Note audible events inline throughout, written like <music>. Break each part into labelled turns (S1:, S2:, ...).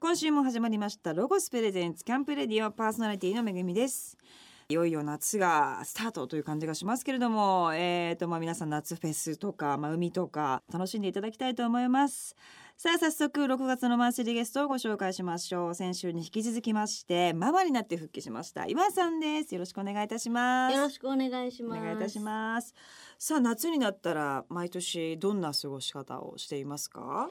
S1: 今週も始まりましたロゴスプレゼンツキャンプレディオパーソナリティのめぐみですいよいよ夏がスタートという感じがしますけれどもえーとまあ皆さん夏フェスとかまあ海とか楽しんでいただきたいと思いますさあ早速6月のマンスリーゲストをご紹介しましょう先週に引き続きましてママになって復帰しました岩さんですよろしくお願いいたします
S2: よろしくお願いし
S1: お
S2: ます。
S1: 願いいたしますさあ夏になったら毎年どんな過ごし方をしていますか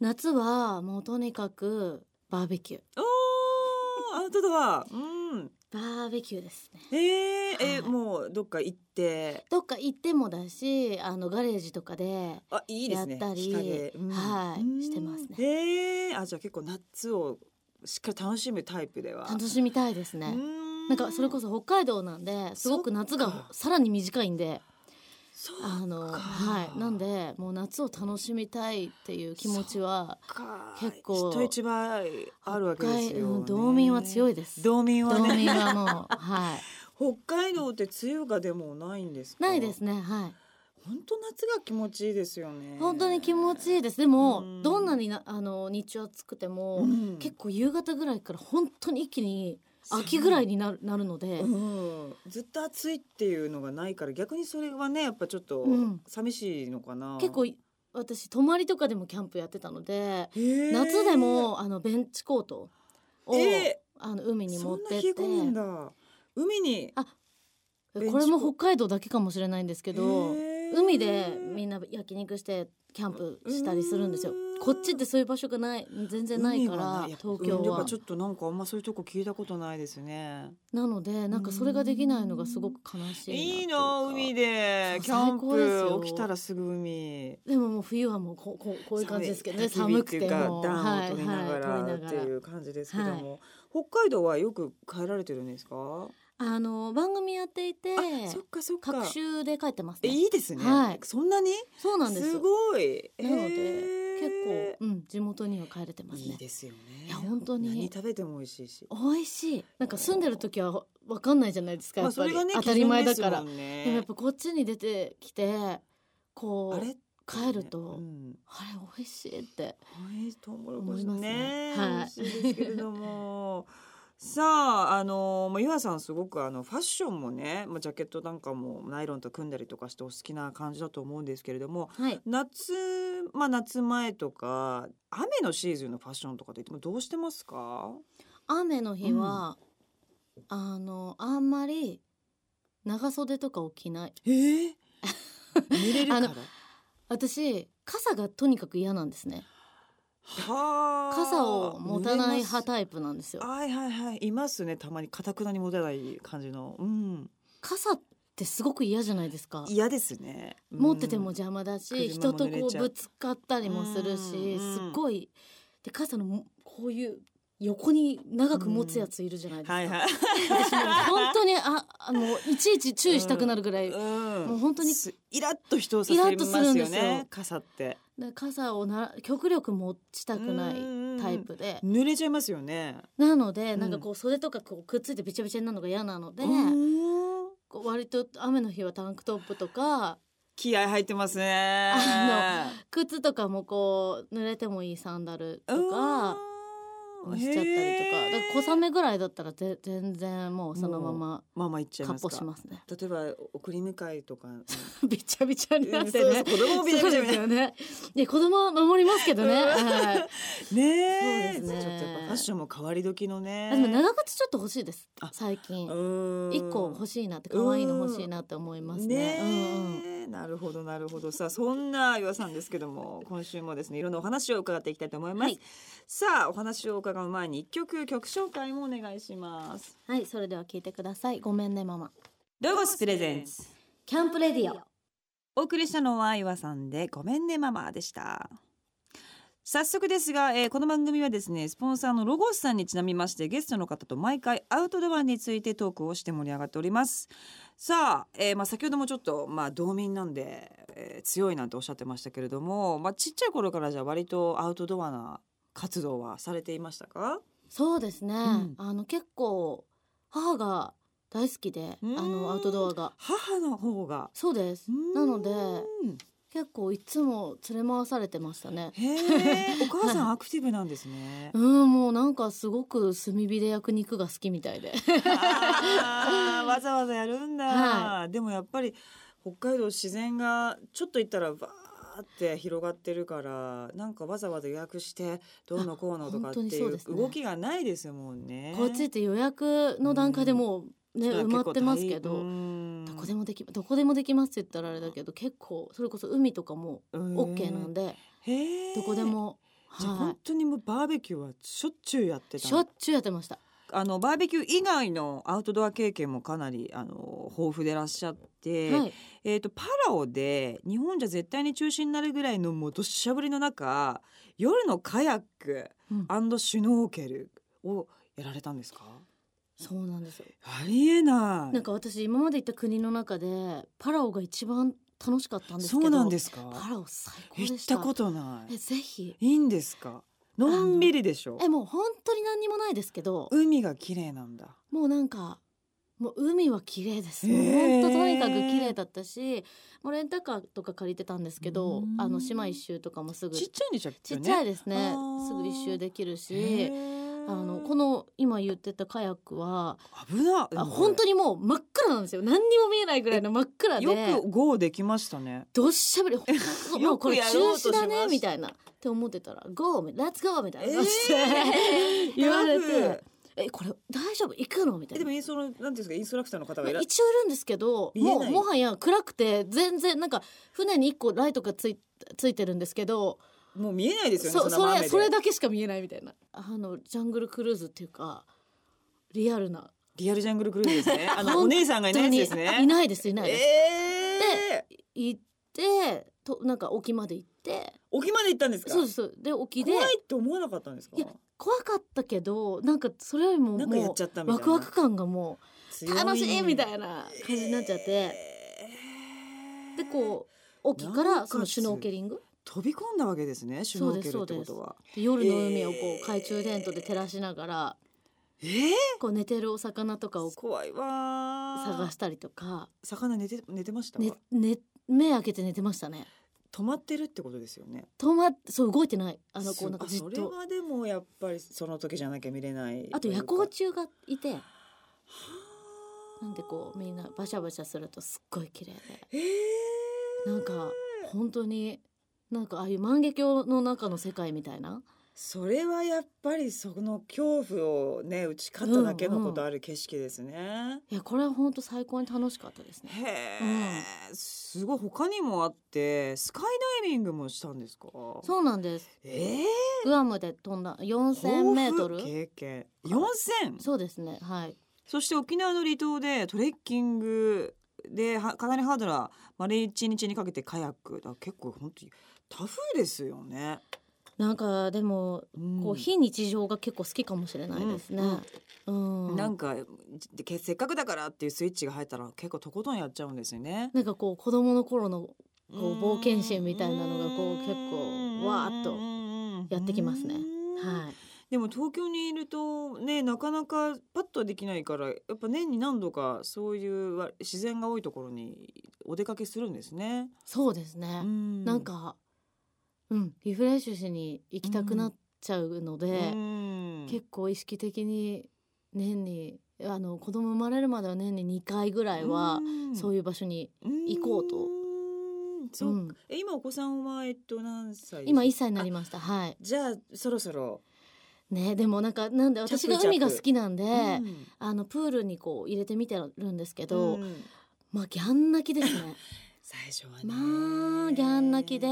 S2: 夏はもうとにかくバーベキュー。
S1: おーアウトドアうん
S2: バーベキューですね。
S1: えーえ
S2: はい
S1: もうどっか行って
S2: どっか行ってもだし、あのガレージとかで。
S1: あいいですね
S2: やったり
S1: 日陰
S2: はい
S1: うん
S2: してますね
S1: えーあじゃあ結構夏をしっかり楽しむタイプでは
S2: 楽しみたいですね。なんかそれこ
S1: そ
S2: そ北海道なんで、すごく夏
S1: そっ
S2: が
S1: か
S2: さらに短いんで。
S1: そう
S2: あの、はい、なんで、もう夏を楽しみたいっていう気持ちは。
S1: か
S2: 結構
S1: 人一倍あるわけですよ、
S2: 北海
S1: ね
S2: うん、道民は強いです。
S1: 道民は
S2: 道
S1: ね
S2: 民はもう、
S1: <laughs>
S2: はい、
S1: 北海道って梅雨がでもないんですか
S2: ないですね、はい。
S1: 本当夏が気持ちいいですよね
S2: 本当に気持ちいいですで
S1: う
S2: も
S1: ん
S2: どんなになあの日中暑くても、
S1: うん
S2: 結構夕方ぐらいから本当に一気に秋ぐらいになるなるので、
S1: うん、ずっと暑いっていうのがないから逆にそれはねやっぱちょっと
S2: うん
S1: 寂しいのかな、
S2: 結構私泊まりとかでもキャンプやってたので、
S1: へー
S2: 夏でもあのベンチコートを、
S1: え
S2: あの海に持
S1: そ
S2: っ
S1: んな
S2: て
S1: 冷
S2: っ
S1: え
S2: て
S1: 込むんだ海に
S2: あ
S1: ベンチコート
S2: これも北海道だけかもしれないんですけど、海でみ
S1: ん
S2: んな焼肉してキャンプしたりするんですよ
S1: うん。
S2: こっちってそういう場所がない全然ないから東京
S1: やっ
S2: は
S1: ぱちょっとなんかあんまそういうとこ聞いたことないですね
S2: なのでなんかそれができないのがすごく悲しいなって
S1: い
S2: い
S1: いう
S2: か
S1: の海でキ
S2: そう
S1: ャン
S2: 最高ですよ
S1: プ起きたらすぐ海
S2: でももう冬はもうこうこうこういう感じですけどね
S1: 寒い
S2: 寒
S1: 焚き火って
S2: く
S1: い
S2: て
S1: うか
S2: もう
S1: 暖を取りなが
S2: はい
S1: ら
S2: は
S1: っ
S2: い
S1: て
S2: 取りなが
S1: いう感じですけども、北海道はよく帰られてるんですか？
S2: らあの番組やっていて
S1: あ、そっかそっか
S2: 各。週で帰ってます
S1: え
S2: ね
S1: いいですね。
S2: はい
S1: そんなに？
S2: そうなんです
S1: す
S2: よ
S1: ごい。
S2: なの
S1: え
S2: で
S1: ー
S2: 結構、うん、地元には帰れてます
S1: いい
S2: ね
S1: ですよね。
S2: いや本当に
S1: 何食べても美味しいし。
S2: 美味しいなんか住んでる時はわかんないじゃないですかやっぱり、当た
S1: 基
S2: り
S1: 準
S2: 前
S1: で
S2: だ
S1: す
S2: から
S1: もんね
S2: でもやっぱこっちに出てきてこ
S1: あ
S2: う
S1: れ
S2: 帰ると、
S1: うん
S2: あれ美味しいって
S1: はい、トウモロコ
S2: 思
S1: シ
S2: います
S1: ね
S2: ね
S1: 美
S2: はい
S1: 味しいですけれども <laughs> さああのもう岩さんすごくあのファッションもね、まあ、ジャケットなんかもナイロンと組んだりとかしてお好きな感じだと思うんですけれども
S2: はい
S1: 夏まあ夏前とか雨のシーズンのファッションとかっていつもどうしてますか
S2: 雨の日は、あのあんまり長袖とか起きない
S1: えー、
S2: <laughs>
S1: 濡れるか
S2: あ
S1: ら
S2: の私傘がとにかく嫌なんですね
S1: はあ
S2: 傘を持たな
S1: 濡れ
S2: い
S1: ます
S2: 派タイプなんですよ
S1: はいはいはいいますねたまにかたくなに持てない感じのうん
S2: 傘ってすごく嫌じゃないですか
S1: 嫌ですね
S2: 持ってても
S1: うん
S2: 邪魔だし、
S1: 車
S2: 人
S1: も
S2: と
S1: 濡れ
S2: こ
S1: ち
S2: う
S1: ゃう
S2: ぶつかったりもするし、
S1: うん
S2: すっごいで傘のもこういう横に長く持つやついるじゃないですか、
S1: はいはい
S2: <laughs> 私もう本当にああのいちいち注意したくなるぐらい、
S1: うん
S2: もう本当に
S1: すイラッと人をさせま
S2: イラッとするん
S1: す
S2: で
S1: よ
S2: す
S1: ね
S2: よ
S1: 傘って
S2: で傘をな極力持ちたくない
S1: うん
S2: タイプで、
S1: 濡れちゃいますよね
S2: なので、
S1: うん
S2: なんかこう袖とかこうくっついてびちゃびちゃになるのが嫌なので、
S1: うん
S2: こう割と雨の日はタンクトップとか
S1: 気合入ってますね
S2: あ靴とかもこう濡れてもいいサンダルとか
S1: うん
S2: をしちゃったりとか
S1: へー
S2: だから小雨ぐらいだったらぜ全然もうそのまま
S1: まあまあ行っちゃい
S2: か
S1: ま
S2: っ
S1: す
S2: 歩し
S1: か
S2: ますね <laughs>
S1: 例えば送り迎えとか
S2: びちゃびちゃ <laughs> にな
S1: う
S2: っ
S1: ん
S2: て
S1: そうそう
S2: ね
S1: 子供もびちゃ
S2: そう
S1: びちゃみた
S2: です
S1: いな
S2: よねで子供は守りますけどね、はい、
S1: ねえ
S2: そうですね
S1: ちょっとやっぱファッションも変わり時のね
S2: でも長靴ちょっと欲しいです
S1: あ
S2: 最近
S1: うん
S2: 一個欲しいなって可愛いの欲しいなって思いますね。うんうん
S1: えなるほどなるほどさあそんな岩さんですけども今週もですねいろんなお話を伺っていきたいと思います、
S2: はい
S1: さあお話を伺う前に一曲曲紹介もお願いします
S2: はい、それでは聞いてください。ごめんねママ。
S1: ロゴスプレゼンツ
S2: キャンプレディオ。
S1: お送りしたのは岩さんでごめんねママでした早速ですが、えーこの番組はですねスポンサーのロゴスさんにちなみましてゲストの方と毎回アウトドアについてトークをして盛り上がっておりますさあ,、えーまあ先ほどもちょっと、まあ、道民なんで、えー強いなんておっしゃってましたけれども、まあ、ちっちゃい頃からじゃあ割とアウトドアな活動はされていましたか
S2: そうですね。
S1: ん
S2: あの結構母が大好きで、あ
S1: うん
S2: のアウトドアが。
S1: 母の方が
S2: そうです。なので
S1: うん
S2: 結構いつも連れ回されてましたね。 <laughs>
S1: へえお母さんアクティブなんですね、
S2: うん、もうもなんかすごく炭火で焼く肉が好きみたいで
S1: あーわざわざやるんだ、
S2: は
S1: でもやっぱり北海道自然がちょっと行ったらバーって広がってるからなんかわざわざ予約してどうのこうのとか
S2: あ
S1: っ
S2: 本
S1: て
S2: 当に
S1: い
S2: そう
S1: う
S2: ですね
S1: 動きがないですもんね。
S2: こっちって予約の段階でもうね、埋まってますけど、どこで
S1: も
S2: もできどこでもできますって言ったらあれだけど結構それこそ海とかも OK なん
S1: だ
S2: で、
S1: へー
S2: どこでも、
S1: じゃあ
S2: は
S1: 本当にもうバーベキューはしょっちゅうやって
S2: い、
S1: た
S2: し
S1: の
S2: ょっちゅうやってました
S1: あのバーベキュー以外のアウトドア経験もかなりあの豊富でいらっしゃって、
S2: はい、
S1: えー、とパラオで日本じゃ絶対に中止になるぐらいのもうどっしゃぶりの中夜のカヤック
S2: うん
S1: シュノーケルをやられたんですか
S2: そうなんですよ
S1: ありえない
S2: なんか私今まで行った国の中でパラオが一番楽しかったんですけ
S1: そ
S2: ど
S1: うなんですす
S2: パ
S1: か
S2: ラオ最高で
S1: 行っ
S2: した
S1: たことない
S2: えぜひ
S1: いいんですかのんびりでしょ
S2: えもう本当に何にもないですけど
S1: 海が綺麗なんだ
S2: もうなんかもう海は綺麗です、
S1: へー
S2: 本当とにかく綺麗だったしもうレンタカーとか借りてたんですけ
S1: う
S2: ど
S1: ん
S2: あの島一周とかもすぐ
S1: ちっちゃいんでしょきっ
S2: ち
S1: と
S2: っ
S1: ね
S2: ちゃいです
S1: あ
S2: ね
S1: ー
S2: すぐ一周できる
S1: へ
S2: し
S1: ー
S2: あのこの今言ってたカヤックは
S1: 危な
S2: あ本当にもう真っ暗なんですよ何にも見えないぐらいの真っ暗で
S1: よくゴーできましたね
S2: どっしゃぶ <laughs> りもうこれ
S1: や
S2: 中
S1: ろうとし
S2: 止
S1: ました
S2: だねみたいなって思ってたら「ゴーレッツゴー」みた
S1: <laughs>
S2: いな、
S1: えー
S2: <laughs> 言われ
S1: ラフ
S2: て「えこれ大丈夫行くの?」み
S1: え
S2: たい
S1: で
S2: な
S1: も。インストのなんていうんですかインストラクターの方
S2: ま
S1: がいら
S2: あ一応いるんですけど
S1: 見え
S2: も
S1: ないう
S2: もはや暗くて全然なんか船に1個ライトがついついてるんですけど
S1: もう見えないですよねそ
S2: そ
S1: んな
S2: そ
S1: 雨
S2: れ
S1: で
S2: それだけしか見えないみたいなあのジャングルクルーズっていうかリアルな
S1: リアルジャングルクルーズです
S2: <laughs>
S1: ねあの
S2: 本当に
S1: お姉さんがいないやつです
S2: 本当
S1: ね
S2: にいないですいないです、
S1: えー、
S2: 行ってとなんか沖まで行って
S1: 沖まで行ったんですか
S2: そうですそうですで沖で
S1: 怖いって思わなかったんですか
S2: いや怖かったけどなんかそれよりも
S1: なんかやっ
S2: も
S1: ちゃった
S2: う
S1: みたい
S2: ワ
S1: な
S2: クワク感がもう
S1: 強
S2: 楽しいみた
S1: ない
S2: な感じになっちゃって、
S1: えー
S2: でこう沖か
S1: なおか
S2: ら
S1: つ
S2: そのシュノーケリング
S1: 飛び込んだわけですねシュノーケルってことは
S2: で夜の海をこう懐中電灯で照らしながら
S1: えー、
S2: こう寝てるお魚とかを
S1: 怖いわー
S2: 探したりとか、
S1: 魚寝て寝てました、
S2: ねね、目開けて寝てましたね
S1: 止まってるってことですよね
S2: 止まってそう動いてないあの
S1: す
S2: こうなんかじっ
S1: あそれ
S2: と
S1: はでもやっぱりその時じゃなきゃ見れない
S2: あと
S1: いう
S2: 夜
S1: か
S2: 行虫がいて
S1: はー
S2: なんでこうみんなバシャバシャするとすっごい綺麗で
S1: えー
S2: なんか本当になんかああいう万華鏡の中の世界みたいな
S1: それはやっぱりその恐怖をね打ち勝っただけのことある景色ですね、
S2: いやこれは本当最高に楽しかったですね
S1: へえ、すごい他にもあってスカイダイビングもしたんですか
S2: そうなんです
S1: ええ
S2: グアムで飛んだ
S1: 豊
S2: 4000
S1: 富
S2: メートル
S1: 経験4000そ
S2: そうですねはい
S1: して沖縄の離島でトレッキングではかなりハードな丸一日にかけてカヤックだから結構本当にタフですよね、
S2: なんかでも
S1: うん
S2: こう非日常が結構好きかもしれないですねうん、
S1: なんかでけせっかくだからっていうスイッチが入ったら結構とことんやっちゃうんですよね。
S2: なんかこう子供の頃の
S1: こ
S2: う冒険心みたいなのがこう結構わーっと
S1: と
S2: やってきますね
S1: は
S2: はい
S1: い、でも東京にいるとねなかなかパッとはできないからやっぱ年に何度かそういうわ自然が多いところにお出かけするんですね。
S2: そうですね、
S1: な
S2: なんかうんリフレッシュしに行きたくなっちゃうので、結構意識的に年にあの子供生まれるまでは年に2回ぐらいはそう
S1: い
S2: いう場所に、
S1: うん
S2: 行こうと
S1: うん
S2: う
S1: そうんえ今お子さんはえっと何歳
S2: 今1
S1: ですか
S2: 歳になりましたはい
S1: じゃあそろそろ、
S2: ねでもなんかなんで
S1: 着々
S2: 私が海が好きなんで、
S1: うん
S2: あのプールにこう入れてみてるんですけど、
S1: うん
S2: まあギャン泣きで
S1: <laughs>
S2: すね
S1: 最初はね
S2: まあギャン泣きで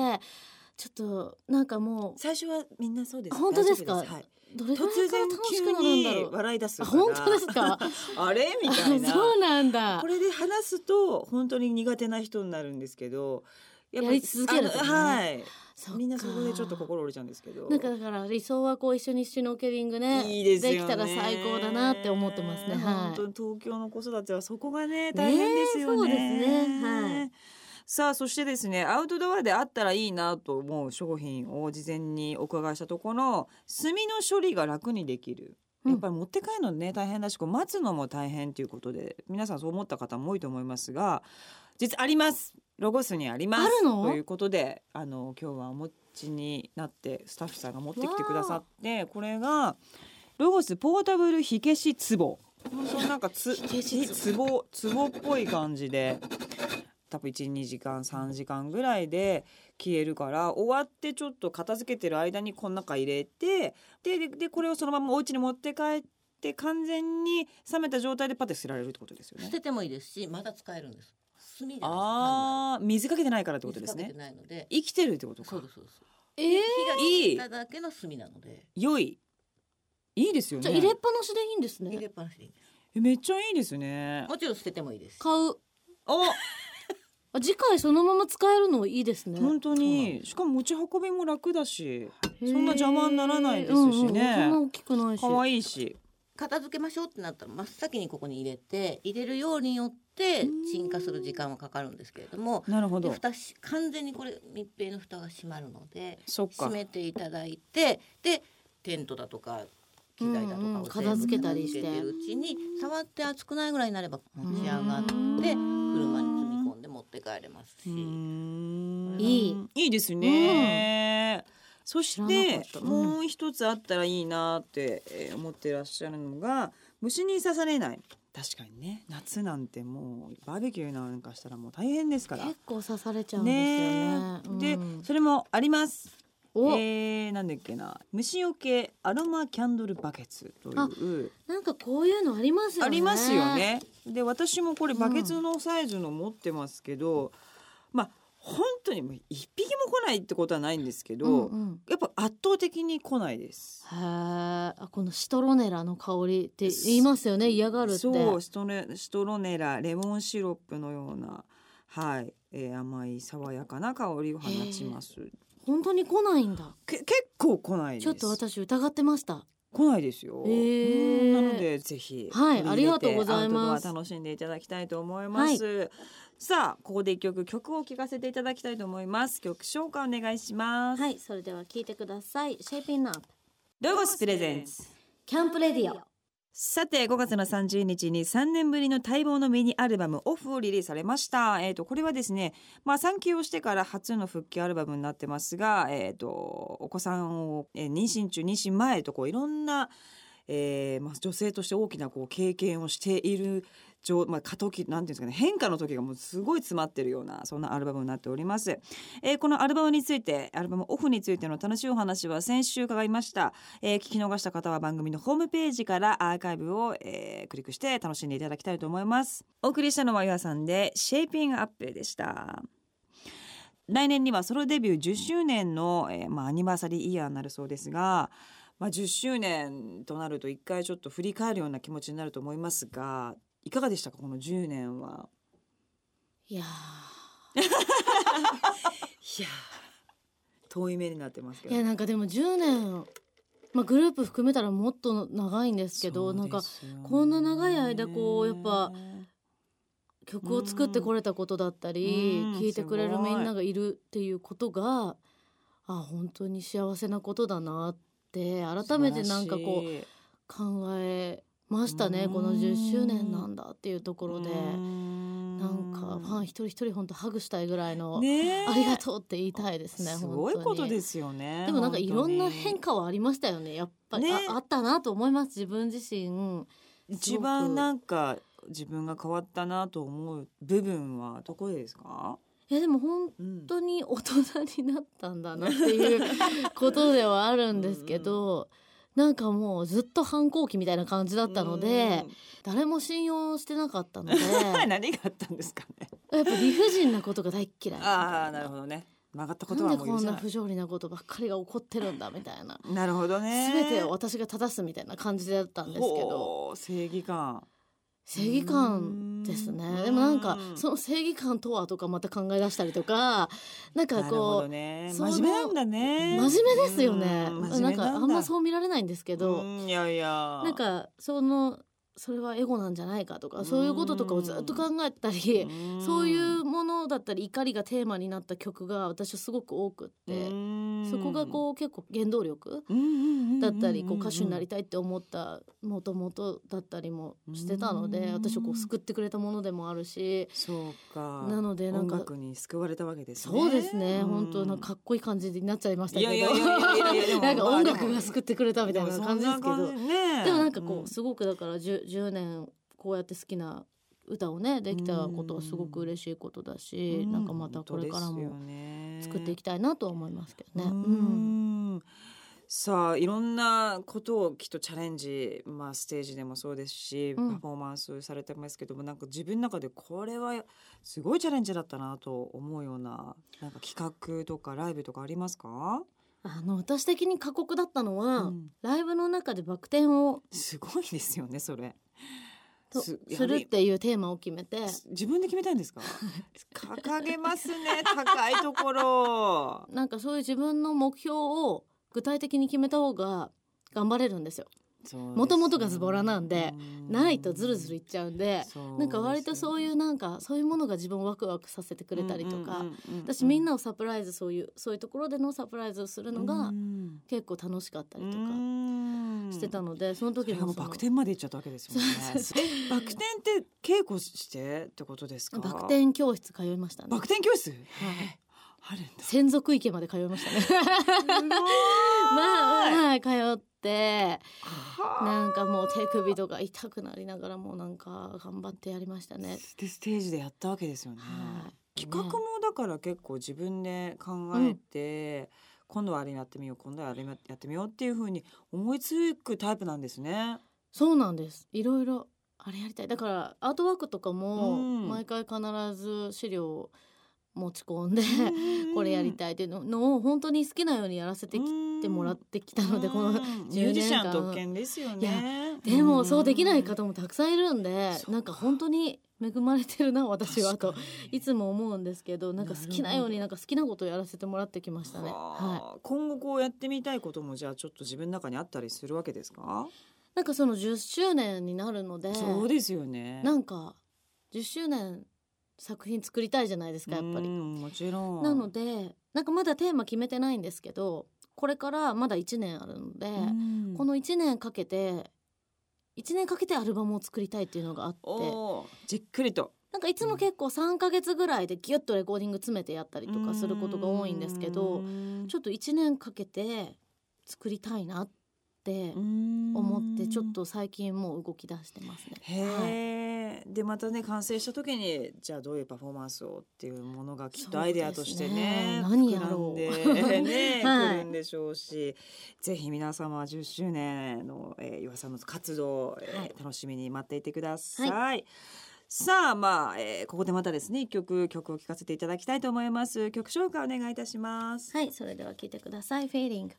S2: ちょっとなんかも
S1: 最初はみんなそうです
S2: 本当ですか
S1: 大丈夫はい、
S2: うどれぐら
S1: 突
S2: いから
S1: 然
S2: 楽しく
S1: 急
S2: なるんだ
S1: に
S2: ろう
S1: 笑い出す
S2: あ
S1: から
S2: 本当ですか
S1: <laughs> あれみたいな
S2: そうなんだ
S1: これで話すと本当に苦手な人になるんですけどや
S2: やり続けるとね
S1: あのはい
S2: そっか
S1: みんなそこでちょっと心折れちゃうんですけど
S2: なんかだから理想はこう一緒にシュノーケリングね
S1: いいですよね
S2: きたら最高だなって思ってますねは
S1: 本当
S2: い
S1: に東京の子育てはそこがね大変ですよね。
S2: ねそうですねはい
S1: さあそしてですねアウトドアであったらいいなと思う商品を事前にお伺いしたところ炭の処理が楽にできる。
S2: うん
S1: やっぱり持って帰るのね大変だしこう待つのも大変ということで皆さんそう思った方も多いと思いますが実ありますロゴスにあります
S2: あるの
S1: ということであの今日はお持ちになってスタッフさんが持ってきてくださってこれがロゴスポータブル火消し壺そのなんかつ
S2: 火消し
S1: 壺壺っぽい感じで多分12時間3時間ぐらいで消えるから終わってちょっと片付けてる間にこの中入れてでででこれをそのままお家に持って帰って完全に冷めた状態でパテ捨てられるってことですよ
S3: 捨
S1: ね。
S3: ててもいいですしまた使えるんです炭でです
S1: ああ水かけてないからって
S3: 単
S1: こ
S3: なる
S1: とです
S3: 水かけ
S1: ね
S3: て。ないので
S1: 生きてるってことか。
S3: そうですそうです
S2: えー
S1: いい
S3: 火がついただけの炭なので
S1: 良い。いいですよ
S2: じ
S1: ね。
S2: ゃあ入れっぱなしでいいんです
S3: 入
S2: ね
S3: れっぱなしでいいです
S1: えめっちゃいいですね。
S3: もちろん捨ててもいいです
S2: 買う
S1: お、
S2: あ次回そのまま使えるのいいですね
S1: 本当
S3: そうなん
S1: に
S3: で。
S1: しかも持ち運びも楽だし、
S2: そ
S1: んな邪魔にならないですしね
S2: そんな大きくないし
S1: 可愛いし。
S3: 片付けましょうってなったら真っ先にここに入れて入れるようによって
S1: うん
S3: 沈下する時間はかかるんですけれども
S1: なるほ
S3: で
S1: ど。
S3: 蓋し完全にこれ密閉の蓋が閉まるので
S1: そっ
S3: 閉
S1: か。
S3: めていただいてでテントだとか機材だと
S2: うんう
S3: か
S2: ん
S3: を
S2: 片付けたりして
S3: 全部片付けるうちに触って熱くないぐらいになれば持ち上がって
S2: う
S3: 車に積み込んで持って帰れますし、
S1: うーん
S2: いい。
S1: いいですね。そし
S2: 知らな
S1: て
S2: かったうん
S1: もう一つあったらいいなってえー思ってらっしゃるのが虫に刺されない確かにね夏なんてもうバーベキューなんかしたらもう大変ですから
S2: 結構刺されちゃうんですよね
S1: で
S2: うん
S1: それもあります
S2: お、
S1: えー、なんだっけな虫よけアロマキャンドルバケツという
S2: なんかこういうのありますよね
S1: ありますよね。で私もこれバケツのサイズの持ってますけど、まあ本当にもう一匹も来ないってことはないんですけど、
S2: うんうん
S1: やっぱ圧倒的に来ないです。
S2: へーあこのシトロネラの香りって言いますよね嫌がるって
S1: そうシトレシトロネラレモンシロップのようなはい、えー甘い爽やかな香りを放ちます。
S2: 本当に来ないんだ
S1: け結構来ないです。
S2: ちょっと私疑ってました
S1: 来ないですよ。
S2: へー
S1: うんなのでぜひ
S2: はい
S1: 取り入れて
S2: ありがとうございます
S1: アウトドア楽しんでいただきたいと思います。さあここで一曲曲を聴かせていただきたいと思います。曲紹介お願いします。
S2: はいそれでは聞いてくださいシェイピングアップ
S1: ロゴスプレゼンツ。
S2: キャンプレディオ
S1: さて5月の30日に3年ぶりの待望のミニアルバム「オフ」をリリースされました、えー、とこれはですね、まあ、産休をしてから初の復帰アルバムになってますが、えー、とお子さんを、えー妊娠中妊娠前とこういろんな、えーまあ、女性として大きなこう経験をしている状まあ、過渡期なんていうんですかね変化の時がもうすごい詰まってるようなそんなアルバムになっております、えーこのアルバムについてアルバム「オフ」についての楽しいお話は先週伺いましたえー聞き逃した方は番組のホームページからアーカイブを、えークリックして楽しんでいただきたいと思いますお送りしたのは岩さんでシェイピングアップでした来年にはソロデビュー10周年の、えーまあ、アニバーサリーイヤーになるそうですが、まあ、10周年となると一回ちょっと振り返るような気持ちになると思いますがいかがでしたかこの10年は。
S2: いや
S1: いや遠い目になってますけ
S2: ーい
S1: ど。
S2: やなんかでも10年まあグループ含めたらもっと長いんですけどなんかこんな長い間こうやっぱ曲を作ってこれたことだったり
S1: うん
S2: 聴いてくれ
S1: す
S2: る
S1: ごい
S2: みんながいるっていうことがあ本当に幸せなことだなって改めてなんかこう
S1: う
S2: 考えましたねこの10周年なんだっていうところでな
S1: なん
S2: かファン一人一人本当ハグしたいぐらいの
S1: ねえ
S2: ありがとうって言いたいですね
S1: すごいことですすよね
S2: でもなんかいろんな変
S1: 化
S2: 化はありましたよねやっぱり、
S1: ね
S2: ああったなと思います自分自身
S1: 一番なんか自分が変わったなと思う部分はどこですか、
S2: いやでも本
S1: うん
S2: 当に大人になったんだなっていうことではあるんですけど、なんかもうずっと反抗期みたいな感じだったので、誰も信用してなかったので <laughs>
S1: うん <laughs>
S2: や
S1: 何があったんですかね
S2: っぱ理不尽なことが大っ嫌い
S1: ああなるほどね曲がったこと
S2: な
S1: は
S2: んで
S1: もう許
S2: こん
S1: せ
S2: な
S1: ない
S2: 不条理なことばっかりが起こってるんだみたいな
S1: なるほどね
S2: 全てを私が正すみたいな感じだったんですけど
S1: ほう正義感
S2: 正義感です
S1: うーん
S2: ねでもなんかその正義感とはとかまた考え出したり
S1: <laughs>
S2: とかなんか
S1: なるほ
S2: こ
S1: ど
S2: う、
S1: ね
S2: その
S1: 真面目なんだね
S2: 真面目ですよね
S1: う
S2: なんかあんま
S1: う
S2: そう見られないんですけ
S1: けど
S2: ど
S1: いやいや
S2: なんかそのそれはエゴなんじゃないかとかそういうこととかをずっと考えたり、
S1: ん
S2: そういうものだったり怒りがテーマになった曲が私はすごく多くって、そこがこう結構原動力
S1: う
S2: だったり、こう歌手になりたいって思ったもともとだったりもしてたの
S1: う
S2: で
S1: ん
S2: 私をこう救ってくれたものでもあるし
S1: そうか
S2: なのでなん
S1: 音
S2: か
S1: 楽に救われたわけですね
S2: そうですね
S1: うん
S2: 本当なんかかっこいい感じになっちゃいましたけど
S1: いやいやいやいやいやでも
S2: <laughs> なんか音楽
S1: まあでも
S2: が救ってくれたみたいな感じですけ
S1: そんな
S2: ど
S1: 感じね
S2: でもなんかこ
S1: ん
S2: うすごくだから 10, 10年こうやって好きな歌をねできたことはすごく嬉しいことだし
S1: う
S2: なんかまたこれから
S1: 本当で
S2: も
S1: すよね
S2: 作っていきたいなとは思いますけどね。
S1: う
S2: うん
S1: んさあいろんなことをきっとチャレンジ、まあ、ステージでもそうですし、
S2: うん
S1: パフォーマンスされてますけどもなんか自分の中でこれはすごいチャレンジだったなと思うようななんか企画とかライブとかありますか、
S2: あの私的に過酷だったのは、
S1: うん
S2: ライブの中でバク転を
S1: すごいですよねそれ。
S2: と
S1: す
S2: す
S1: や
S2: る
S1: り
S2: っていうテーマを決めて
S1: 自分で決めたん
S2: <laughs>
S1: ですか掲げますね高いところ
S2: なんかそういう自分の目標を具体的に決めた方が頑張れるんですよ。
S1: 元
S2: 元
S1: 々
S2: 々がズボラなんでないとズルズルいっちゃうんでなんか割とそういうなんかそういうものが自分をワクワクさせてくれたりとか、私みんなをサプライズそういうそういうところでのサプライズをするのが結構楽しかったりとかしてた
S1: の
S2: のでその
S1: そ
S2: 時
S1: れがも
S2: も
S1: う
S2: その
S1: バク転まで行っちゃったわけですよね
S2: そうそ
S1: えバク転って稽古してってことですか
S2: バク転教室通いましたね
S1: バク転教室あるんだす
S2: 専属池まで通いま
S1: <laughs>
S2: したね
S1: ごい
S2: <laughs> まあまあ通って
S1: は
S2: なんかもう手首とか痛くなりながらもうなんか頑張ってやりました
S1: あ
S2: ね
S1: でステージでやったわけですよね
S2: はい
S1: 企画もだから結構自分で考えて、今度はあれやってみよう今度はあれやってみようっていうふうに思いつくタイプなんですね。
S2: そうなんですいろいろあれやりたいだからアートワークとか
S1: う
S2: も
S1: ん
S2: 毎回必ず資料を持ち込んで <laughs> <laughs> これやりたいっていうののを本当に好きなようにやらせてきてもらってきたのでこ
S1: うんミ
S2: の
S1: ュー
S2: 10
S1: ジ
S2: 年
S1: シャン
S2: 間
S1: 特権ですよね。
S2: でもそうできない
S1: と
S2: 方もたくさんいるんで
S1: そうか
S2: なんか本当に恵まれてるな私はといつ
S1: も
S2: も思うんですけどなんか好きなようになんか好きなことをやらせてもらってきましたね。はい
S1: 今後こうやってみたいこともじゃあちょっと自分の中にあったりするわけですか、
S2: なんかその10周年になるので
S1: そうですよね。
S2: なんか10周年作品作りたいじゃないですかやっぱり
S1: う。んもちろん
S2: なのでなんかまだテーマ決めてないんですけどこれからまだ1年あるので、
S1: うん
S2: この1年かけて1年かけてアルバムを作りたいっていうのがあって
S1: おーじっくりと
S2: なんかいつも結構3ヶ月ぐらいでギュッとレコーディング詰めてやったりとかすることが多いんですけどちょっと1年かけて作りたいなって思
S1: 思
S2: ってちょっと最近もう動き出してますね。
S1: へ
S2: はい
S1: え、でまたね完成した時にじゃあどういうパフォーマンスをっていうものがきっ
S2: そうです
S1: と
S2: ね
S1: アイデアとしてね
S2: 何やろう
S1: 膨らん
S2: <laughs>
S1: でね、
S2: は
S1: 来
S2: い
S1: るんでしょうしぜひ皆様10周年の、えー、岩さんの活動を、えー
S2: はい
S1: 楽しみに待っていてください。さあまあ、えーここでまたですね一曲曲を聴かせていただきたいと思います曲紹介お願いいたします
S2: はい、それでは聞いてください。フェーリング。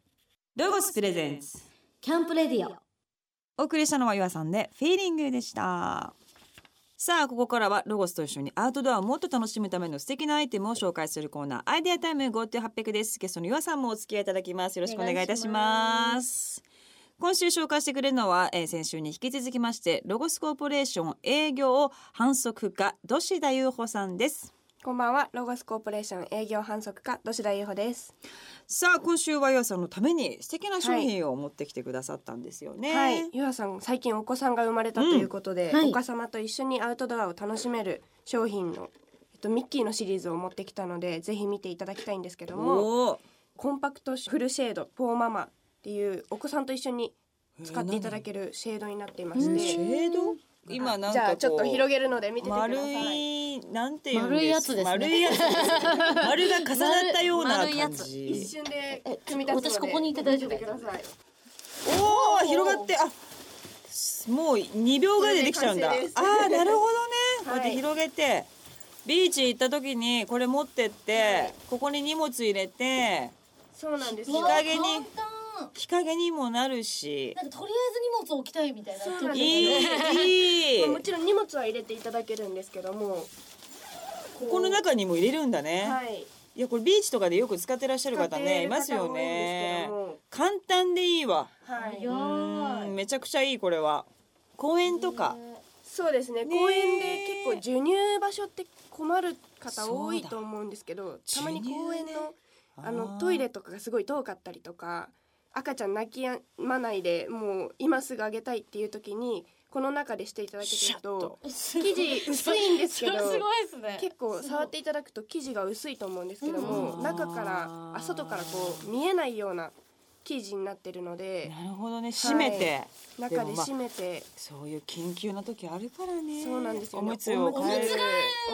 S1: ロゴスプレゼンツ
S2: キャンプレディオ。
S1: お送りしたのは岩さんでフィーリングでしたさあここからはロゴスと一緒にアウトドアをもっと楽しむための素敵なアイテムを紹介するコーナーアイデアタイム GoTo800 ですゲストの岩さんもお付き合いいただきますよろしくお願いいたし
S2: お願いし
S1: ま
S2: ます
S1: 今週紹介してくれるのは、えー先週に引き続きましてロゴスコーポレーション営業反則課土師田裕穂さんです
S4: こんばんは、ロゴスコーポレーション営業販促課、土田優穂です。
S1: さあ今週は岩さんのために素敵な商品を持ってきてくださったんですよね、
S4: はい、ゆあさん、最近お子さんが生まれたということで、
S2: うんはい
S4: お母様と一緒にアウトドアを楽しめる商品の、えっと、ミッキーのシリーズを持ってきたので、ぜひ見ていただきたいんですけども、
S1: おー
S4: コンパクトフルシェード、フォーママっていうお子さんと一緒に使っていただけるシェードになっていまし
S2: えー
S1: シ
S4: て、
S1: ェード今なんかこう
S4: じゃあちょっと広げるので見ててくださ
S1: 丸
S4: い。
S1: いなんていうんです
S2: 丸いやつですね
S1: 丸いやつです丸が重なったような
S2: 丸いや
S1: 感
S2: つ
S4: 一
S1: じ
S4: 瞬で組み立つので
S2: 私ここにいて大丈夫
S4: 見てください。
S1: おお広がってあすもう2秒ぐらいでできちゃうんだ
S4: こ
S1: あ
S4: れで完成です
S1: あーなるほどね、
S4: はい
S1: こうやって広げてビーチ行った時にこれ持ってって、
S4: はい
S1: ここに荷物入れて
S4: そうなんです
S1: 日
S4: よ。
S1: 陰に
S2: 簡単
S1: 日陰にもなるし
S2: なんかとりあえず荷物置きたいみたいな。
S4: そうなん
S1: い
S4: です
S1: いいい
S4: まあもちろん荷物は入れていただけるんですけどもこう
S1: この中にも入れるんだね、、
S4: はいい
S1: やこれビーチとかでよく使ってらっしゃる方ねいますよ
S4: 家
S1: ね
S4: 庭の方多いんですけども
S1: 簡単でいいわ
S4: はい
S2: よ
S1: うんめちゃくちゃいいこれは公園とか
S4: そうですね
S1: ねえ
S4: 公園で結構授乳場所って困る方多
S1: そう
S4: い
S1: だ
S4: と思うんですけどたまに
S1: 授乳ね
S4: 公園のあのトイレとかがすごい遠かったりとか赤ちゃん泣きやまないでもう今すぐあげたいっていう時にこの中でしていただけ
S1: シャ
S4: る
S1: ッと
S4: と生地薄いんです
S1: <laughs>
S4: けど
S2: それすごいですね
S4: 結構触っていただくと生地が薄いと思うんですけども、
S1: うん
S4: 中からあ外からこう見えないような生地になってるので
S1: なるほどね閉めて、
S4: 中で締めて、
S1: そういう緊急な時あるからね
S4: そうなんですよね
S1: おむつを
S4: おむつ
S1: 変える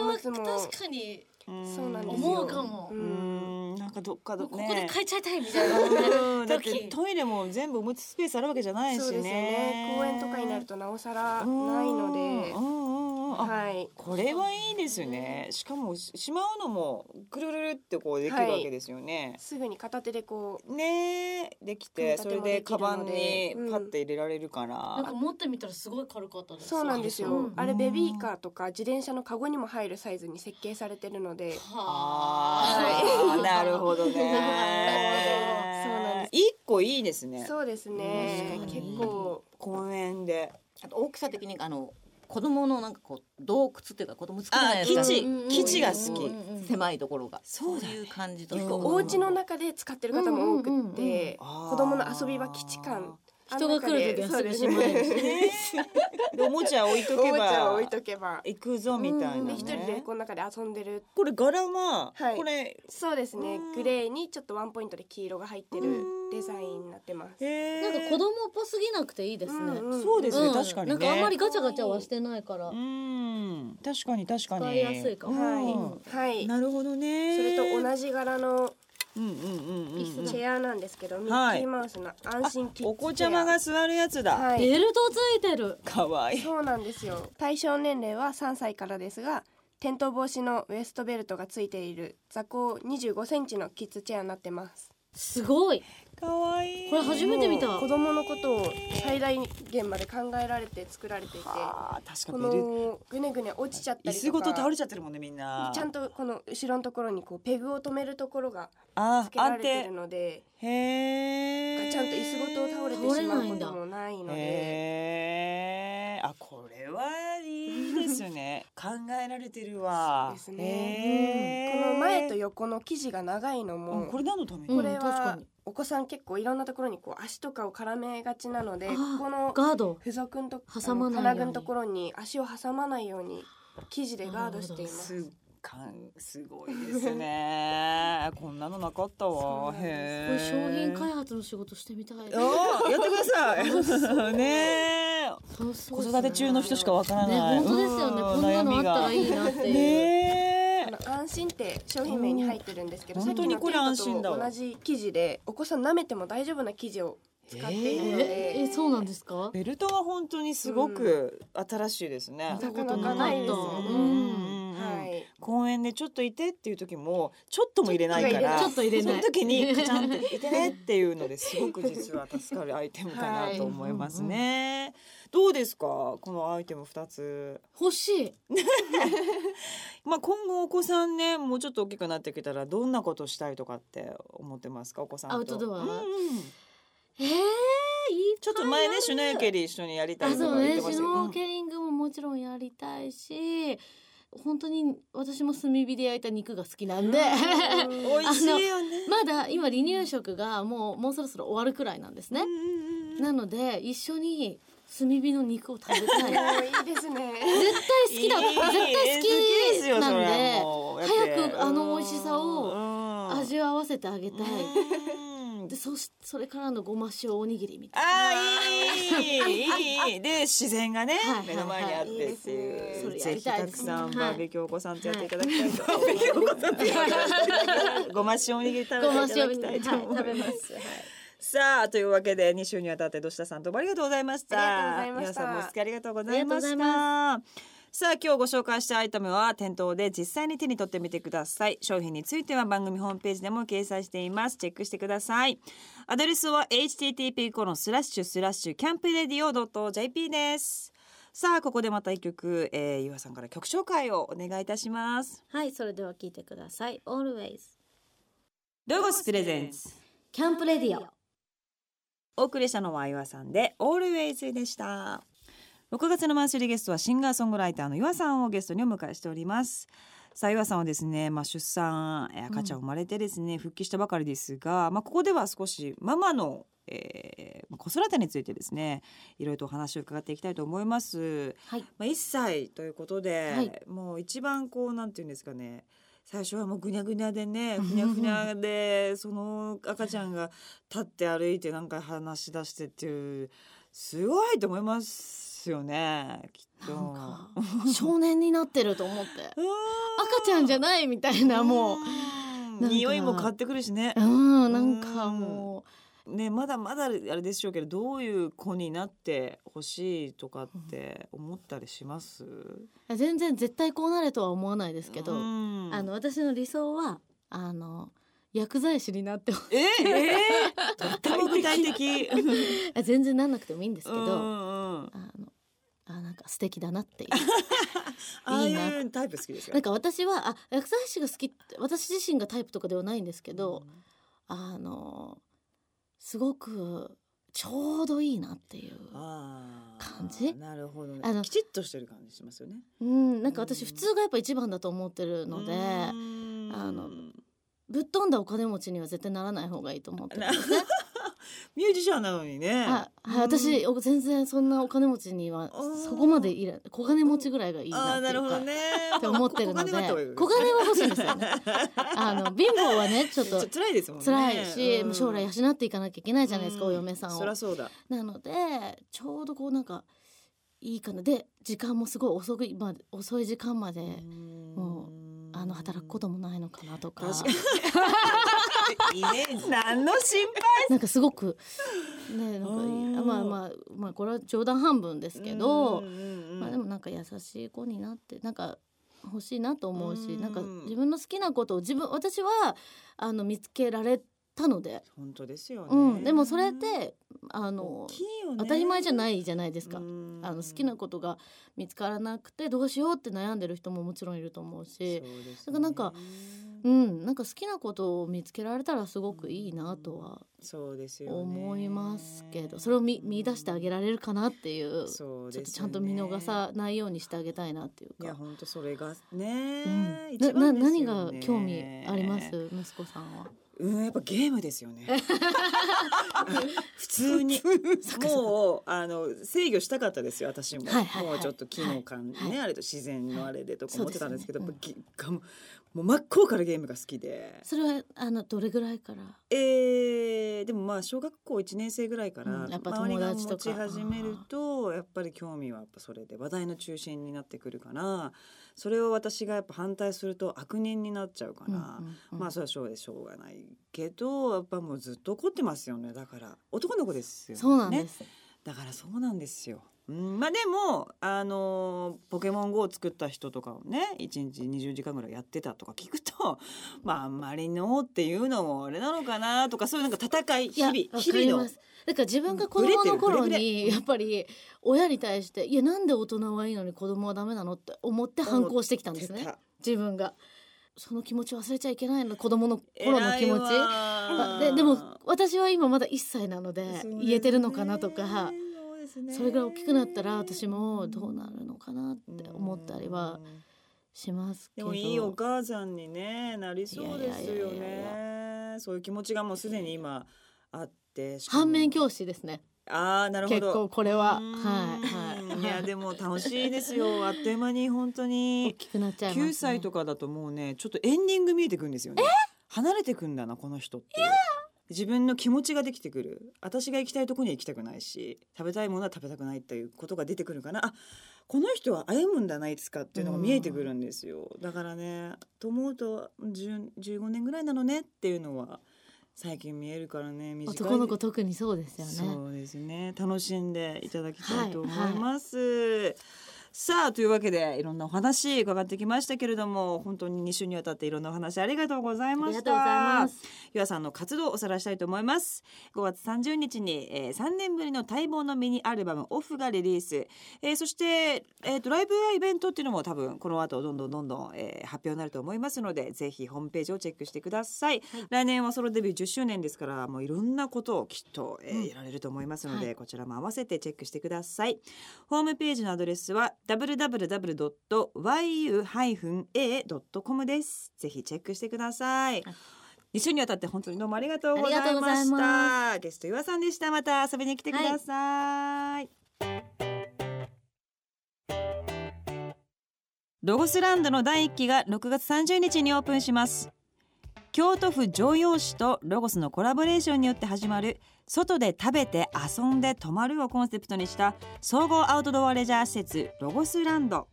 S4: おむつも
S2: 確かに
S1: うん
S4: そうなんですよ
S2: 思うかも
S4: う
S1: うんんなんかどっか
S2: も
S1: ど
S2: うここで変えちゃいたいみたいな、
S1: <laughs> うんだって
S2: 時
S1: トイレも全部おむつスペースあるわけじゃないしね
S4: そうですよね公園とかになるとなおさらないので
S1: うんうんうんうんあ
S4: はい
S1: これはいいですねしかもししまうのもぐるぐるるってこうできるわけですよね、
S4: すぐに片手でこ
S1: ねえできてそ
S4: 組
S1: れ
S4: み立て
S1: で
S4: もできる
S1: カ
S4: ので
S1: バンに
S4: うん
S1: パッて入れられるから、
S2: なんか持ってみたらすごい軽かったで
S4: う
S2: す
S4: そうなんですよ、
S2: うん
S4: あれベビーカーとか自転車のカゴにも入るサイズに設計されてるので
S1: あ
S2: は
S1: ー <laughs> なるほ
S4: <laughs>
S1: どね
S2: な
S4: るほどそうなんです
S1: 一個いいですね
S4: そうですね
S1: うん
S4: 結構
S1: 公園で
S3: あと大きさ的にあの子供のなんかこう洞窟っていうか子供作らな
S1: あ
S3: いやつ
S1: 基
S3: が
S1: 地基地が
S3: う
S1: 好
S3: ん
S1: き
S3: うんうんうん狭いところが
S1: そうだね
S3: いう感じと
S1: 結構
S4: お家の中で使ってる方も多
S2: うんうん
S4: くっ
S2: うんうん
S4: て子供の遊び場基地感
S2: 人が来る時は遊
S4: そうで
S2: び
S4: す
S2: しまい
S4: ね
S2: にして
S1: ね <laughs> でおもちゃ置いと
S4: お
S1: け
S4: もちゃを
S1: ば
S4: 置いとけば
S1: 行くぞみたいな
S4: で
S1: ね
S4: 一人でこの中で遊んでる
S1: これ柄は
S4: はい
S1: これ
S4: そうですね
S1: うん
S4: グレーにちょっとワンポイントで黄色が入ってる
S1: うん
S4: デザインになってます
S1: へー
S2: なんか子供っぽすぎなくていいですね、
S4: うんうん
S1: そうですね
S2: うん
S1: 確かにね
S2: なんかあんまりガチャガチャはしてないから、
S1: うん確かに確かに
S2: 使いやすいかも
S1: うん
S2: う
S4: はい
S1: なるほどね
S4: それと同じ柄の
S1: うんうんうんうん
S2: 椅子
S4: チェアなんですけどミ
S1: は
S4: ッ
S1: い
S4: キーマウスの安心キッズチェア
S1: お子ちゃまが座るやつだ
S4: はい
S2: ベルトついてる
S1: かわいい
S4: そうなんですよ <laughs> 対象年齢は3歳からですが転倒防止のウエストベルトがついている座高25センチのキッズチェアになってます
S2: すごい
S1: かわいい
S2: これ初めて見た
S4: もう子供のことを最大限まで考えられて作られていて
S1: あー
S4: こ
S1: 確かベル
S4: のぐねぐね落ちちゃった
S1: 椅
S4: り
S1: 子
S4: と
S1: ごと
S4: か
S1: 倒れちゃってるもんねみんな
S4: ちゃんとこの後ろのところにこうペグを止めるところが
S1: あ
S4: つけら
S1: 安
S4: れて
S1: 定
S4: るので
S1: へえ
S4: ちゃんと椅子ごと倒れてしまうこともないので
S1: へえあこれはいいです
S4: <laughs>
S1: ね考えられてるわ
S4: そうですねこの前と横の生地が長いの
S1: も
S4: も
S1: これ何のために
S2: うん
S4: これ
S2: 確か
S4: は
S2: に
S4: お子さん結構いろんなところにこう足とかを絡めがちなので
S2: あ
S4: こ
S2: ー
S4: この
S2: ガード
S4: 付属のと
S2: 挟まないように
S4: あの金具のところに足を挟まないように生地でガードしています。
S1: すかんすごいですねこんなのなかったわ
S4: そうなん
S2: こ
S1: へ
S2: れ
S1: え
S2: 商品開発の仕事してみたいです
S1: あーやって
S4: <laughs>
S1: くださいねえ
S2: 楽しそう
S1: 子
S2: ですね
S1: 育て中の人しかわから
S2: ね
S1: ない
S2: 本当ですよね
S1: う
S2: こんなのあったらいいなっていう、
S1: ね
S4: あ
S1: え
S4: の安心って商品名に入ってるんですけど、
S1: うん
S4: さっきの
S1: 本当にこれ安心だわ
S4: テントと同じ生地でお子さん舐めても大丈夫な生地を使っているの
S2: え
S4: で、
S2: えそうなんですか
S1: ベルトは本当にすごく新しいですね。
S2: 見たこ
S4: な
S2: と
S4: かな
S2: な
S4: かない
S2: い
S4: ですよね
S1: うんうんうん
S4: はい、
S1: 公園でちょっといてっていう時もちょっとも入れないから
S2: ちょっと入れない
S1: その時にカチャンっていてねっていうのですごく実は助かるアイテムかなと思いますね、どうですかこのアイテム二つ
S2: <laughs> 欲しい
S1: まあ今後お子さんねもうちょっと大きくなってきたらどんなことしたいとかって思ってますかお子さんと
S2: アウトドア
S1: うんうん
S2: えー、いっぱい
S1: ちょっと前
S2: あ
S1: ね
S2: る
S1: シュノーケリー一緒にやりた
S2: あ
S1: いと
S2: そ
S1: か
S2: う
S1: 言っ
S2: ね
S1: て
S2: シ
S1: まし
S2: ュ
S1: たよ
S2: ノーケリングももちろんやりたいし本当に私も炭火で焼いた肉が好きなんで
S1: うん美味しいよね
S2: <laughs> まだ今離乳食がもうもうそろそろ終わるくらいなんですね
S1: うん、うんうん
S2: なので一緒に炭火の肉を食べたい絶
S4: もういいですね。
S2: 対好きだ
S1: いい
S2: 絶対
S1: 好きです
S2: 好
S1: よ
S2: きなん
S1: そ
S2: で
S1: れはもうやっぱり
S2: 早くあの美味しさを
S1: うん
S2: 味を合わせてあげたい
S1: うん
S2: でそしそれからのごま塩おにぎりみたい
S1: あーいいいいいいで自然がね、
S2: はいはいはい
S1: 目の前にあってっていう
S2: いいですね
S1: ぜひたくさん
S2: それや
S1: バ
S2: り
S1: ー
S2: たいですね
S1: ベキューお子さんとやっていただきたいと、バーベキューお子さんとやっていただきたいごま塩おにぎり食
S2: なごま
S1: べていた
S2: 塩お
S1: だき
S2: にぎ
S1: た
S2: り、
S1: いと
S2: はい、
S1: 思います,、
S2: 食べます、はい
S1: さあというわけで2週にわたって土下さんどうもありがとうございました
S4: ありがとうございました
S1: 皆さんもお付き合いありがとうございま
S2: あ
S1: し
S2: りがとうご
S1: たさあ今日ご紹介したアイテムは店頭で実際に手に取ってみてください商品については番組ホームページでも掲載していますチェックしてくださいアドレスは http コロンスラッシュスラッシュキャンプレディオドット .jp ですさあここでまた一曲、えー、ゆわさんから曲紹介をお願いいたします
S2: はい、それでは聞いてください Always
S1: ロゴスプレゼンツ
S2: キャンプレディオ
S1: お送りしたのは岩さんで Always でした6月のマンスリーゲストはシンガーソングライターの岩さんをゲストにお迎えしておりますさあ岩さんはですね、まあ、出産えー赤ちゃん生まれてですね、復帰したばかりですが、まあ、ここでは少しママの、えーまあ子育てについてですねいろいろとお話を伺っていきたいと思います、
S2: はい
S1: まあ、1歳ということで、
S2: はい
S1: もう一番こうなんていうんですかね最初はもうぐにゃぐにゃで
S2: <laughs>
S1: ねぐにゃぐにゃでその赤ちゃんが立って歩いてなんか話し出してっていうすごいと思いますよねきっと。
S2: なんか少年になってると思 <laughs> って赤
S1: 赤
S2: ちゃんじゃ
S1: ない
S2: ないみたいなもうなんか
S1: 匂いも変わってくるしね
S2: う。んなんかも
S1: ねまだまだあれでしょうけどどういう子になってほしいとかって思ったりします？
S2: う全然絶対こうなれとは思わないですけど、
S1: うん
S2: あの私の理想はあの薬剤師になってほ
S1: ええー、とっても具体的。
S2: あ <laughs> 全然なんなくてもいいんですけ
S1: う
S2: ど
S1: んうん
S2: あのあなんか素敵だなって <laughs> いう
S1: ああ
S2: いいな
S1: いうタイプ好きですよ
S2: なん。か私はあ薬剤師が好きって私自身がタイプとかではないんですけど、あのすごくちょうどいいなっていう
S1: うん、あー
S2: 感じ
S1: なるほどね
S2: あの
S1: きちっとしてる感じしますよね。
S2: うん、なん
S1: う
S2: か私
S1: ん
S2: 普通がやっぱ一番だと思ってるので、
S1: うん
S2: あのぶっ飛んだお金持ちには絶対ならない方がいいと思ってるんですね。
S1: ミュージシャンなのにね。
S2: あ、は
S1: うん
S2: い、私お全然そんなお金持ちには
S1: うん
S2: そこまでいら小金持ちぐらいがいい
S1: あ
S2: な
S1: あー
S2: って
S1: ないる
S2: う
S1: ほ
S2: か
S1: どね。
S2: って思ってるので
S1: ここここに
S2: 小金は欲しいんですよね。
S1: ね。
S2: あの貧乏はねちょっと
S1: ちょ辛いですもんね。
S2: 辛いし、
S1: うん
S2: 将来養っていかなきゃいけないじゃないですか、
S1: うん
S2: お嫁さん
S1: そり
S2: を
S1: ゃ。そうだ。
S2: なのでちょうどこうなんかいいかなで時間もすごい遅い,、まあ、遅い時間まで、も
S1: う
S2: あの働くこともないのかなとか
S1: 確かイメージ。何の心
S2: なんかすごく
S1: <laughs>
S2: ねなんか
S1: うん
S2: まあまあまあこれは冗談半分です
S1: 配
S2: けど、ま
S1: ま
S2: あでもなんか優しい子になってなんか欲しいなと思うし、
S1: うん
S2: なんか自分の好きなことを自分私はあの見つけられたので、
S1: 本当ですよね。
S2: うん、でもそれってあ
S1: 大
S2: の
S1: きいよね
S2: 当たり前じゃないいじゃないですか。あの好きな
S1: と
S2: ことが見つからなくてどうしようって悩んでる人ももちろんいると思うしだからなんかうんなんか好きなことを見つけられたらすごくいいなとは
S1: そうですよね。
S2: 思いますけどそれを見見出してあげられるかなっていう
S1: そうで
S2: ちょっと
S1: す
S2: ちゃんと見逃さないようにしてあげたいなっていう
S1: いや
S2: か、
S1: 本当それがね、
S2: うん、
S1: 一
S2: な
S1: 番
S2: な
S1: です
S2: 何
S1: よ
S2: が
S1: ね
S2: 興味あります息子さんは。
S1: うんやっぱゲームです
S2: <laughs>
S1: よね普通にもうあの制御したかったですよ私も、
S2: はいはいはい
S1: もうちょっと機能感ね、
S2: はいはい
S1: あれと自然のあれでとか思ってたんですけど、
S2: はい
S1: やっぱぎがもう真っ向からゲームが好きで
S2: それはあのどれぐらいから
S1: えー、でもまあ小学校1年生ぐらいから
S2: うんやっぱ
S1: 周り
S2: 友
S1: が
S2: 達
S1: 持
S2: と
S1: ち
S2: か
S1: 始めるとやっぱり興味はやっぱそれで話題の中心になってくるからそれを私がやっぱ反対すると悪人になっちゃうから。
S2: うんうんうん
S1: まあそれはしょうでしょうがないけどやっぱもうずっと怒ってますよねだから男の子ですよね
S2: そうなんです、
S1: だからそうなんですよ、うん、まあでもあのーポケモン GO を作った人とかをね1日20時間ぐらいやってたとか聞くと <laughs> まああんまりのっていうのもあれなのかなとかそういうなんか戦い
S2: い
S1: 日
S2: や
S1: 々
S2: わか
S1: 日
S2: り
S1: 々
S2: ま
S1: の
S2: すだから自分が子供の頃
S1: ブレてるブレブ
S2: にやっぱり親に対していやなんで大人はいいのに子供はダメなのって思って反抗してきたんですね
S1: 出た
S2: 自分がその気持ち忘れちゃいけないの子供の頃の
S1: 偉
S2: 気持ち
S1: いわ
S2: あででも私は今まだ1歳なので
S1: そう
S2: 言えてるの
S1: です
S2: かな
S1: ね
S2: とか
S1: そうですね
S2: それぐらい大きくなったら私もどうなるのかなって思ったりは
S1: うん
S2: します
S1: で
S2: けど
S1: もいいお母さんにねなりそうですよ
S2: いやいやい
S1: ね。そういう気持ちがもうすでに今あって。しかも
S2: 反面教師ですね
S1: ああなるほ
S2: 結
S1: ど。
S2: 構これはは
S1: うーん
S2: いはい
S1: いやでも楽しいですよ。あっという間に本当
S2: 大
S1: に
S2: きくなっちゃいます、ね、
S1: 9歳とかだともうねちょっとエンディング見えてくるんですよね。離れてくんだなこの人っていう。自分の気持ちができてくる私が行きたいとこには行きたくないし食べたいものは食べたくないっていうことが出てくるからあこの人は歩むんじゃないですかっていうのが見えてくるんですよ、だからねと思うと10 15年ぐらいなのねっていうのは最近見えるからね短い
S2: 男の子特にそうですよね
S1: そうですね楽しんでいただきたいと思
S2: はい
S1: います、さあというわけでいろんなお話伺ってきましたけれども本当に2週にわたっていろんなお話ありがとうござい
S2: あ
S1: ま
S2: り
S1: し
S2: が
S1: た。
S2: とうございます。
S1: ゆあさんの活動をおさらいしたいと思います5月30日に、えー、3年ぶりの待望のミニアルバム「オフ」がリリース、えー、そして、えー、とライブやイベントっていうのも多分この後どんどんどんどん、えー、発表になると思いますのでぜひホームページをチェックしてください、来年はソロデビュー10周年ですからもういろんなことをきっと、えー
S2: うん
S1: やられると思いますので、
S2: はい
S1: こちらも合わせてチェックしてくださいホームページのアドレスは www.yu-a.com ですぜひチェックしてください一週にわたって本当にどうもありがとうございま
S2: あり
S1: し
S2: がとうござい
S1: た。ゲスト岩さんでした。また遊びに来てください。ロゴスランドの第一期が6月30日にオープンします。京都府城陽市とロゴスのコラボレーションによって始まる外で食べて遊んで泊まるをコンセプトにした総合アウトドアレジャー施設ロゴスランド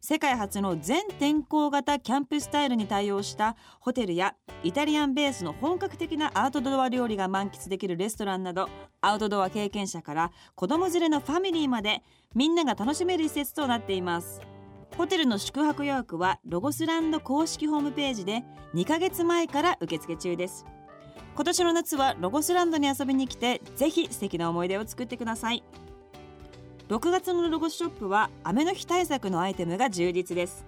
S1: 世界初の全天候型キャンプスタイルに対応したホテルやイタリアンベースの本格的なアウトドア料理が満喫できるレストランなどアウトドア経験者から子供連れのファミリーまでみんなが楽しめる施設となっていますホテルの宿泊予約はロゴスランド公式ホームページで2ヶ月前から受付中です今年の夏はロゴスランドに遊びに来てぜひ素敵な思い出を作ってください6月のロゴスショップは雨の日対策のアイテムが充実です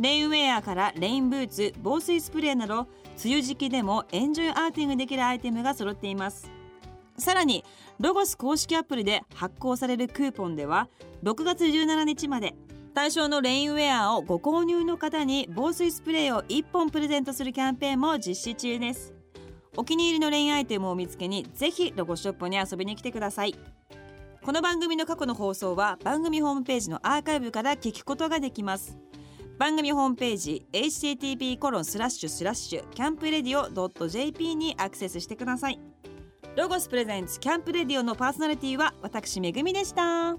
S1: レインウェアからレインブーツ防水スプレーなど梅雨時期でもエンジョイアーティングできるアイテムが揃っていますさらにロゴス公式アプリで発行されるクーポンでは6月17日まで対象のレインウェアをご購入の方に防水スプレーを1本プレゼントするキャンペーンも実施中ですお気に入りのレインアイテムを見つけにぜひロゴスショップに遊びに来てくださいこの番組の過去の放送は番組ホームページのアーカイブから聞くことができます番組ホームページ http コロンスラッシュスラッシュキャンプレディオ .jp にアクセスしてくださいロゴスプレゼンツキャンプレディオのパーソナリティは私めぐみでした